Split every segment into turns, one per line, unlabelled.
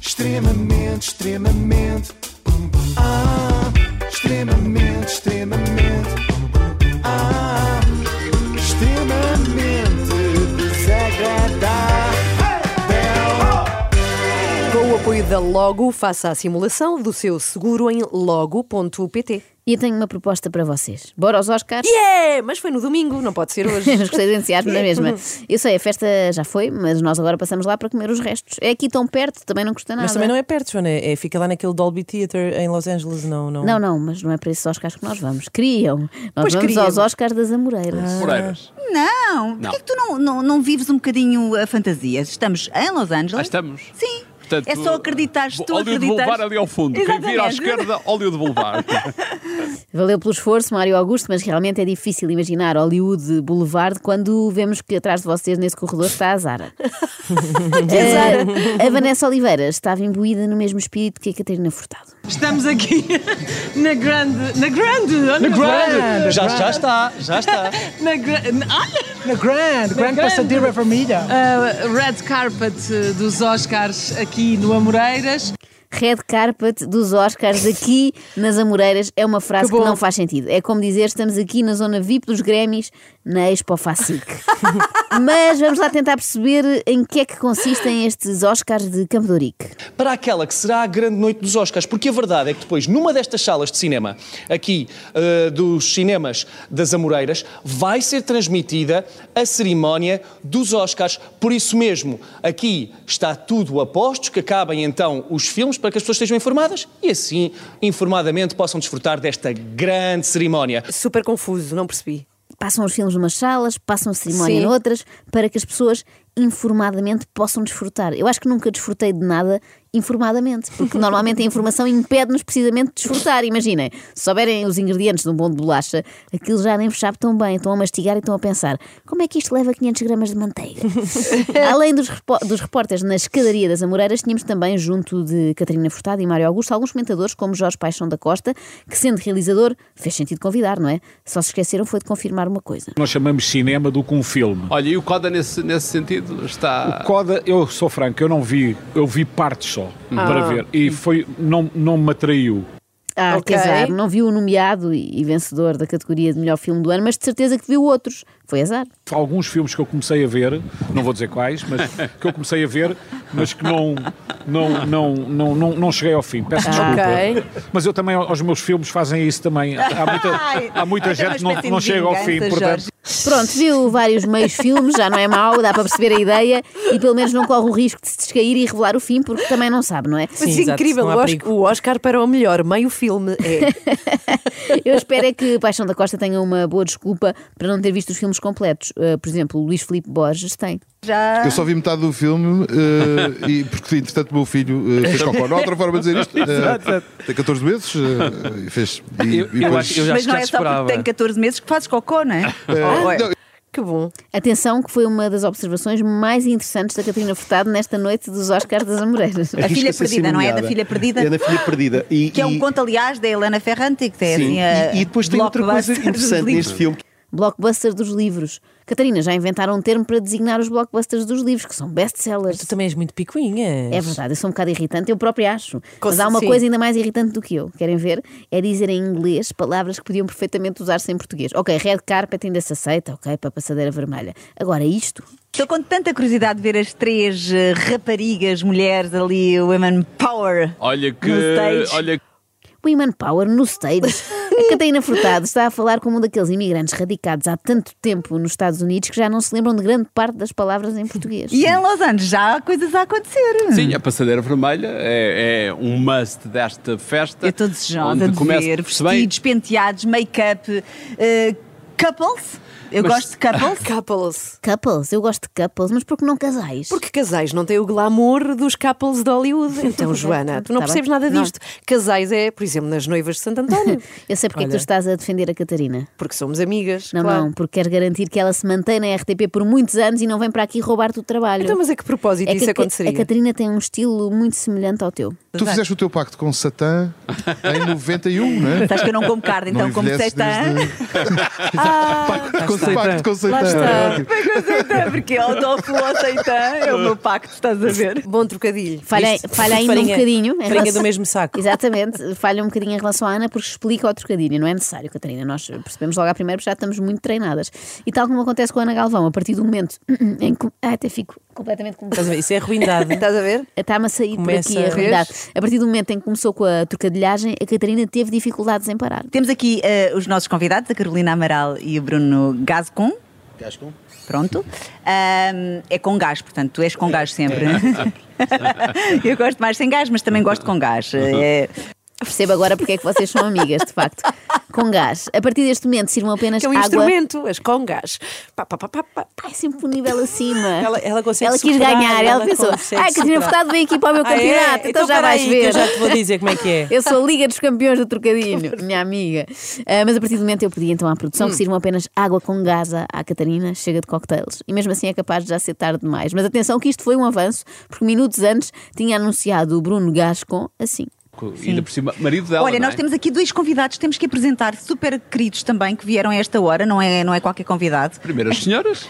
Extremamente, extremamente. Ah, extremamente, extremamente. Ah, extremamente desagradável.
Com o apoio da Logo, faça a simulação do seu seguro em logo.pt.
E eu tenho uma proposta para vocês. Bora aos Oscars?
Yeah! é! Mas foi no domingo, não pode ser hoje.
Mas gostei de entusiasmo na mesma. Eu sei, a festa já foi, mas nós agora passamos lá para comer os restos. É aqui tão perto, também não custa nada.
Mas também não é perto, Joana. É, fica lá naquele Dolby Theatre em Los Angeles, não? Não,
Não, não, mas não é para esses Oscars que nós vamos. Queriam. Nós
Pois
vamos
queriam.
aos Oscars das Amoreiras.
Ah.
Moreiras.
É Não, porquê que tu não, não, não vives um bocadinho a fantasia? Estamos em Los Angeles.
Ah, estamos?
Sim.
Portanto,
é só acreditar, se tu
Óleo de
acreditares-
Boulevard ali ao fundo. Quem vir à
Exatamente.
esquerda, óleo de Boulevard.
Valeu pelo esforço, Mário Augusto, mas realmente é difícil imaginar Hollywood Boulevard quando vemos que atrás de vocês nesse corredor está a Zara. Eh, a Vanessa Oliveira estava imbuída no mesmo espírito que a Catarina Furtado.
Estamos aqui na grande. Na grande! olha,
Na Grande! Já, já está, já está.
Na grande. Olha!
Na Grande,
Grande Passadeira
Vermelha.
Ah,
A red carpet eh, dos Oscars aqui no Amoreiras.
Red carpet dos Oscars aqui nas Amoreiras é uma frase que,
bom.
não faz sentido. É como dizer estamos aqui na zona VIP dos Grêmios, na Expo Facic. Mas vamos lá tentar perceber em que é que consistem estes Oscars de Campo de Ourique.
Para aquela que será a grande noite dos Oscars, porque a verdade é que depois, numa destas salas de cinema, aqui eh, dos cinemas das Amoreiras, vai ser transmitida a cerimónia dos Oscars. Por isso mesmo, aqui está tudo a postos, que acabem então os filmes para que as pessoas estejam informadas e assim, informadamente, possam desfrutar desta grande cerimónia.
Super confuso, não percebi.
Passam os filmes numas salas, passam a cerimónia
Sim.
noutras, para que as pessoas informadamente possam desfrutar. Eu acho que nunca desfrutei de nada informadamente, porque normalmente a informação impede-nos precisamente de desfrutar. Imaginem, se souberem os ingredientes de um bom de bolacha, aquilo já nem vos sabe tão bem, estão a mastigar e estão a pensar como é que isto leva 500 gramas de manteiga? Além dos, repó- dos repórteres na escadaria das Amoreiras, tínhamos também, junto de Catarina Furtado e Mário Augusto, alguns comentadores, como Jorge Paixão da Costa, que sendo realizador, fez sentido convidar, não é? Só se esqueceram foi de confirmar uma coisa.
Nós chamamos cinema do que um filme.
Olha, e o Coda nesse, nesse sentido está.
Coda, eu sou franco, eu não vi, eu vi partes só
Ah.
para ver e foi não não me atraiu.
Ah,
Ok.
que azar. Não viu o nomeado e e vencedor da categoria de melhor filme do ano, mas de certeza que viu outros. Foi azar.
Alguns filmes que eu comecei a ver, não vou dizer quais, mas que eu comecei a ver, mas que não não não não não, não cheguei ao fim. Peço desculpa.
Ok.
Mas eu também os meus filmes fazem isso também. Há muita
Ai,
há muita
então é uma
gente que não,
espécie
que não
de
chega ao fim,
vingança,
portanto.
Jorge.
Pronto, viu vários meios filmes, já não é mau, dá para perceber a ideia e pelo menos não corre o risco de se descair e revelar o fim, porque também não sabe, não é?
Mas
Sim, exato,
incrível,
não há
o Oscar-
perigo.
o Oscar para o melhor meio filme é.
Eu espero é que Paixão da Costa tenha uma boa desculpa para não ter visto os filmes completos. Uh, por exemplo, o Luís Filipe Borges tem.
Já...
Eu só vi metade do filme eh, e porque entretanto o meu filho eh, fez cocó. Não há outra forma de dizer isto. Eh, tem 14 meses eh, e fez. E, e
Eu, eu
depois-
acho, eu já
Mas não é só
esperava.
porque tem 14 meses que fazes cocô, não é?
Ah,
Ou é?
não,
Que bom.
Atenção, que foi uma das observações mais interessantes da Catarina Furtado nesta noite dos Oscars das Amoreiras.
A filha perdida, não é? Da filha perdida.
É da filha perdida. E,
Que é um
e-
conto, aliás, da Helena Ferrante, que é
sim,
assim a.
e, e depois tem outra coisa
blockbuster dos
interessante
livros.
neste filme.
Blockbuster dos livros. Catarina, já inventaram um termo para designar os blockbusters dos livros, que são
Tu
best-sellers.
também és muito picuinhas.
É verdade, eu sou um bocado irritante, eu própria acho.
Com-
Mas há uma
sim.
coisa ainda mais irritante do que eu, querem ver? É dizer em inglês palavras que podiam perfeitamente usar-se em português. Ok, red carpet ainda se aceita, ok, para a passadeira vermelha. Agora isto,
Estou com tanta curiosidade de ver as três eh, raparigas, mulheres ali, Women Power.
Olha que.
No stage.
Olha
Women Power no stage. A Catarina Furtado está a falar como um daqueles imigrantes radicados há tanto tempo nos Estados Unidos que já não se lembram de grande parte das palavras em português.
E em Los Angeles já há coisas a acontecer.
Sim, a passadeira vermelha é, é um must desta festa.
Eu estou desejosa
onde
de
começa-
ver
se bem-
vestidos, penteados, make-up, eh, couples. Eu
Mas-
gosto de couples.
Couples.
Couples, eu gosto de couples, mas porque não casais?
Porque casais não têm o glamour dos couples de Hollywood. Então, Joana, tu não
Tá bem.
percebes nada
Não.
disto. Casais é, por exemplo, nas noivas de Santo António.
Eu sei porque é que tu
Olha.
estás a defender a Catarina.
Porque somos amigas.
Não,
claro.
não, porque quero garantir que ela se mantém na RTP por muitos anos e não vem para aqui roubar-te o trabalho.
Então, mas a que propósito
é
isso
que a, Ca-
aconteceria?
a Catarina tem um estilo muito semelhante ao teu.
tu fizeste o teu pacto com Satã em 91, não é?
Sabes que eu não como carne, então
Não
como
tá?
envelheces
sexta.
desde-
Ah,
Pacto com Conceitã. Pacto Conceitã.
Lá está.
Ótimo.
Pacto Conceitã, porque é o Dolfo Conceitã, é o meu pacto, estás a ver.
Bom trocadilho.
Falha,
Viste?
falha ainda
Farinha-
um bocadinho. em
farinha do mesmo saco.
Exatamente, falha um bocadinho em relação à Ana porque explica o trocadilho. Não é necessário, Catarina. Nós percebemos logo à primeira porque já estamos muito treinadas. E tal como acontece com a Ana Galvão, a partir do momento em que. Ah, até fico completamente com.
Estás a ver? Isso é ruindade.
Estás a ver?
Está-me a sair
Começa-
por aqui a realidade. A partir do momento em que começou com a trocadilhagem, a Catarina teve dificuldades em parar.
Temos aqui eh, os nossos convidados, a Carolina Amaral e o Bruno Gascon.
Gascon.
Pronto. Ahm, é com gás, portanto, tu és com gás sempre. Eu gosto mais sem gás, mas também gosto com gás. É,
Percebo agora porque é que vocês são amigas, de facto. Com gás. A partir deste momento sirvam apenas
Que é um
água.
instrumento, as congas. Pá, pá, pá, pá, pá.
É sempre um nível acima. Ela,
consegue
quis
superar,
ganhar, ela,
ela
pensou:
consegue
ai, Catarina
superar."
Furtado vem aqui para o meu
Ah, é?
campeonato, então,
Então
já
espera
vais
aí,
ver.
que eu já te vou dizer como é que é.
Eu sou a Liga dos Campeões do Trocadilho, minha amiga. Ah, mas a partir do momento eu pedi então à produção
Hum.
que sirvam apenas água com gás à à Catarina, chega de cocktails. E mesmo assim é capaz de já ser tarde demais. Mas atenção que isto foi um avanço, porque minutos antes tinha anunciado o Bruno Gascon assim.
Ainda por cima, marido dela.
Olha,
não é?
nós temos aqui dois convidados, temos que apresentar, super queridos também, que vieram a esta hora, não é, não é qualquer convidado.
Primeiro as senhoras.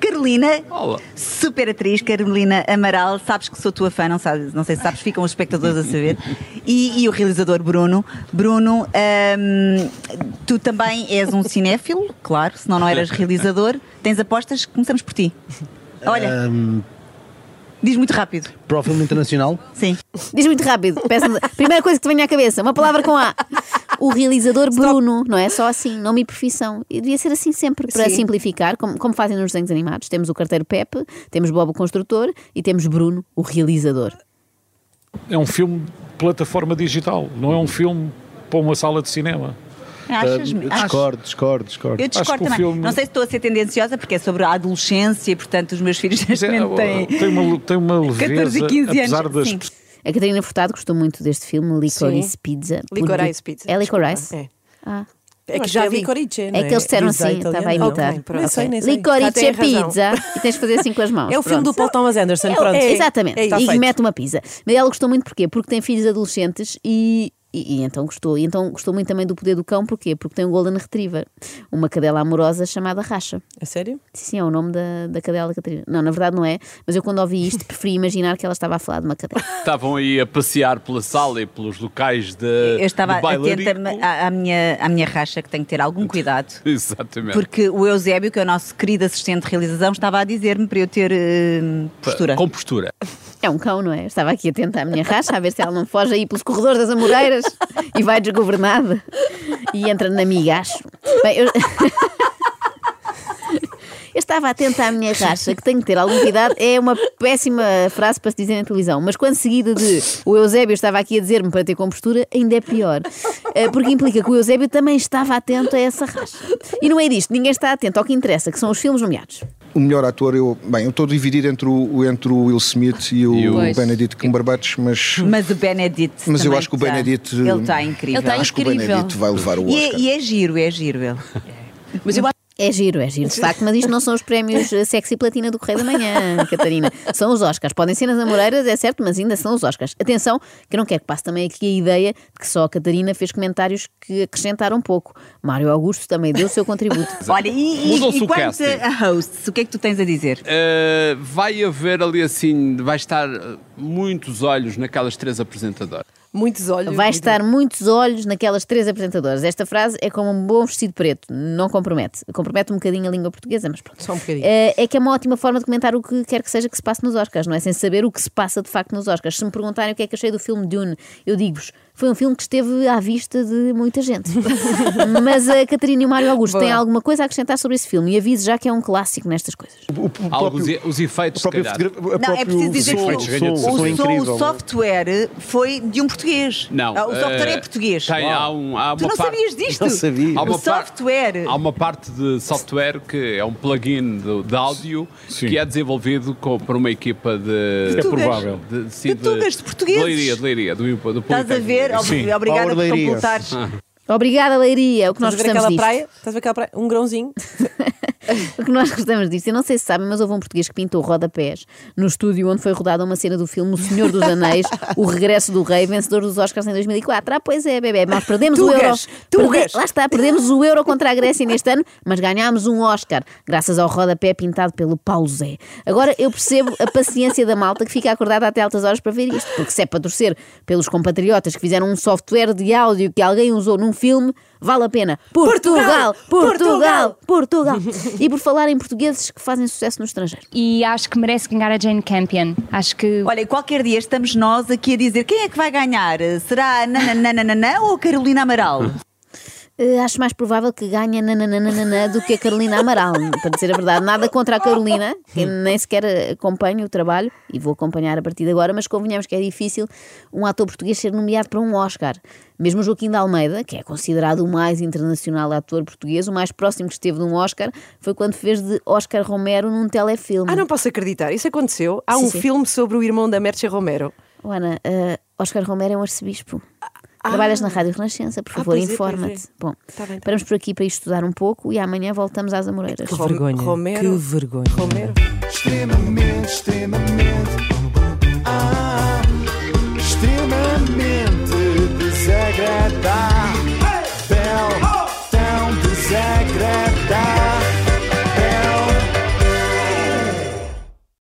Carolina,
Olá.
super atriz, Carolina Amaral, sabes que sou tua fã, não, sabes, não sei se sabes, ficam os espectadores a saber. E, e o realizador Bruno. Bruno, hum, tu também és um cinéfilo, claro, senão não eras realizador. Tens apostas? Começamos por ti. Olha,
Um,
diz muito rápido.
para o filme internacional,
Sim.
Diz muito rápido, peço- primeira coisa que te vem à cabeça, uma palavra com A. O realizador Bruno, não é só assim, nome e profissão. E devia ser assim sempre, para
Sim.
simplificar, como, como fazem nos desenhos animados. Temos o carteiro Pepe, temos Bob o Construtor e temos Bruno, o realizador.
É um filme de plataforma digital, não é um filme para uma sala de cinema.
Hum,
Achas?
eu discordo, discordo, discordo.
Eu
Acho que
discordo
o
também.
filme-
Não sei se estou a ser tendenciosa, porque é sobre a adolescência e, portanto, os meus filhos neste momento têm.
é, Tem uma, tem uma
14 e
leveza,
15 anos,
apesar das
sim.
A Catarina Furtado gostou muito deste filme, Licorice
Sim.
Pizza. porque-
Licorice Pizza.
É Licorice?
É.
Ah.
Eu
É que
acho
já
que é
vi.
licorice, não
É que eles disseram
Diz
assim,
italiano,
estava a
não?
imitar.
Ok, pronto. Ok.
Já
Licorice é
tem razão.
Pizza. E tens de fazer assim com as mãos.
É o filme
pronto.
do Paul Thomas Anderson,
É,
pronto.
é, exatamente.
É isso. Tá
e
feito.
mete uma pizza. Mas ela gostou muito porquê? Porque tem filhos adolescentes e. E, e então gostou. E então gostou muito também do poder do cão, porquê? Porque tem um Golden Retriever, uma cadela amorosa chamada Racha.
A sério?
Sim, sim, é o nome da, da cadela da Catarina. Não, na verdade não é, mas eu quando ouvi isto preferi imaginar que ela estava a falar de uma cadela.
Estavam aí a passear pela sala e pelos locais de.
Eu estava
do bailarico.
atenta à, à minha, à minha racha, que tenho que ter algum cuidado.
Exatamente.
Porque o Eusébio, que é o nosso querido assistente de realização, estava a dizer-me para eu ter eh, postura.
Com postura.
É um cão, não é? Eu Estava aqui atenta à minha racha, a ver se ela não foge aí pelos corredores das Amoreiras e vai desgovernada e entra na migacho. Bem, eu... Eu estava atenta à minha racha, que tenho que ter alguma cuidado, é uma péssima frase para se dizer na televisão, mas quando seguida de o Eusébio estava aqui a dizer-me para ter compostura, ainda é pior. Eh, Porque implica que o Eusébio também estava atento a essa racha. E não é disto, ninguém está atento ao que interessa, que são os filmes nomeados.
O melhor ator, eu, bem, eu estou dividido entre o, entre o Will Smith e o,
E o-
Benedict Cumberbatch, mas,
Mas o Benedict.
mas eu
também
acho que o
está-
Benedict.
Ele está incrível.
acho que o Benedict vai levar o
E é-
Oscar.
E, é giro, é giro ele.
Mas eu acho
É giro, é giro, de facto, mas isto não são os prémios eh, sexy platina do Correio da Manhã, Catarina. São os Oscars. Podem ser nas Amoreiras, é certo, mas ainda são os Oscars. Atenção, que eu não quero que passe também aqui a ideia de que só a Catarina fez comentários que acrescentaram pouco. Mário Augusto também deu o seu contributo.
Olha, e, e,
Mudou-se
e
o
quanto
casting.
a hosts, o que é que tu tens a dizer?
Uh, vai haver ali assim, vai estar uh, muitos olhos naquelas três apresentadoras.
Muitos olhos.
Vai estar muitos olhos naquelas três apresentadoras. Esta frase é como um bom vestido preto, não compromete. Compromete um bocadinho a língua portuguesa, mas pronto.
Só um bocadinho.
Eh, É que é uma ótima forma de comentar o que quer que seja que se passe nos Oscars, não é? Sem saber o que se passa de facto nos Oscars. Se me perguntarem o que é que achei do filme Dune, eu digo-vos, foi um filme que esteve à vista de muita gente. Mas a Catarina e o Mário Augusto têm alguma coisa a acrescentar sobre esse filme e aviso já que é um clássico nestas coisas.
O, o próprio-
Alguns e- os
a
efeitos, se
própria
calhar.
fotografia.
Não, é preciso dizer
som,
que o,
som,
o
som
som,
é incrível.
o software foi de um português.
Não,
Ah, O software
eh,
é português.
tem- há um- há
tu
uma
não
parte-
sabias disto?
Não sabia.
Há
O
uma par-
software.
Há uma parte de software que é um plugin de, de áudio
Sim.
que é desenvolvido com- por uma equipa de.
É
Tugas.
provável.
de, de, sim,
Tugas de portugueses.
De Leiria, de Leiria, do, do
Estás a
Politécnico.
ver? Ob-
Sim.
Obrigada
Power
por
Leiria.
Ah.
completares.
Obrigada, Leiria, é o que nós
Estás a ver
gostamos
aquela
disto.
praia? Estás a ver aquela praia? Um grãozinho.
o que nós gostamos disto. Eu não sei se sabem, mas houve um português que pintou rodapés no estúdio onde foi rodada uma cena do filme O Senhor dos Anéis, O Regresso do Rei, vencedor dos Oscars em 2004. Ah, pois é, bebê, nós perdemos o euro.
Tugas, tugas.
Perde- Lá está, perdemos o euro contra a Grécia neste ano, mas ganhámos um Oscar, graças ao rodapé pintado pelo Paulo Zé. Agora eu percebo a paciência da malta que fica acordada até altas horas para ver isto, porque se é para torcer pelos compatriotas que fizeram um software de áudio que alguém usou num filme, vale a pena. Portugal! Portugal! Portugal! e por falar em portugueses que fazem sucesso no estrangeiro.
E acho que merece ganhar a Jane Campion. Acho que.
Olha, e qualquer dia estamos nós aqui a dizer quem é que vai ganhar? Será a nananana ou a Carolina Amaral?
Eh, acho mais provável que ganhe a nananana do que a Carolina Amaral, para dizer a verdade. Nada contra a Carolina, que nem sequer acompanho o trabalho e vou acompanhar a partir de agora, mas convenhamos que é difícil um ator português ser nomeado para um Oscar. Mesmo o Joaquim de Almeida, que é considerado o mais internacional ator português, o mais próximo que esteve de um Oscar foi quando fez de Oscar Romero num telefilme.
Ah, não posso acreditar. Isso aconteceu. Há
Sim,
um
sim.
filme sobre o irmão da Mércia Romero.
Oh, Ana, eh, Oscar Romero é um arcebispo. Trabalhas na Rádio Renascença, por
Ah,
favor,
pois é, pois
informa-te.
é.
Bom,
Tá bem, tá
paramos por aqui para estudar um pouco e amanhã voltamos às Amoreiras.
Que vergonha. Que vergonha.
Extremamente, extremamente.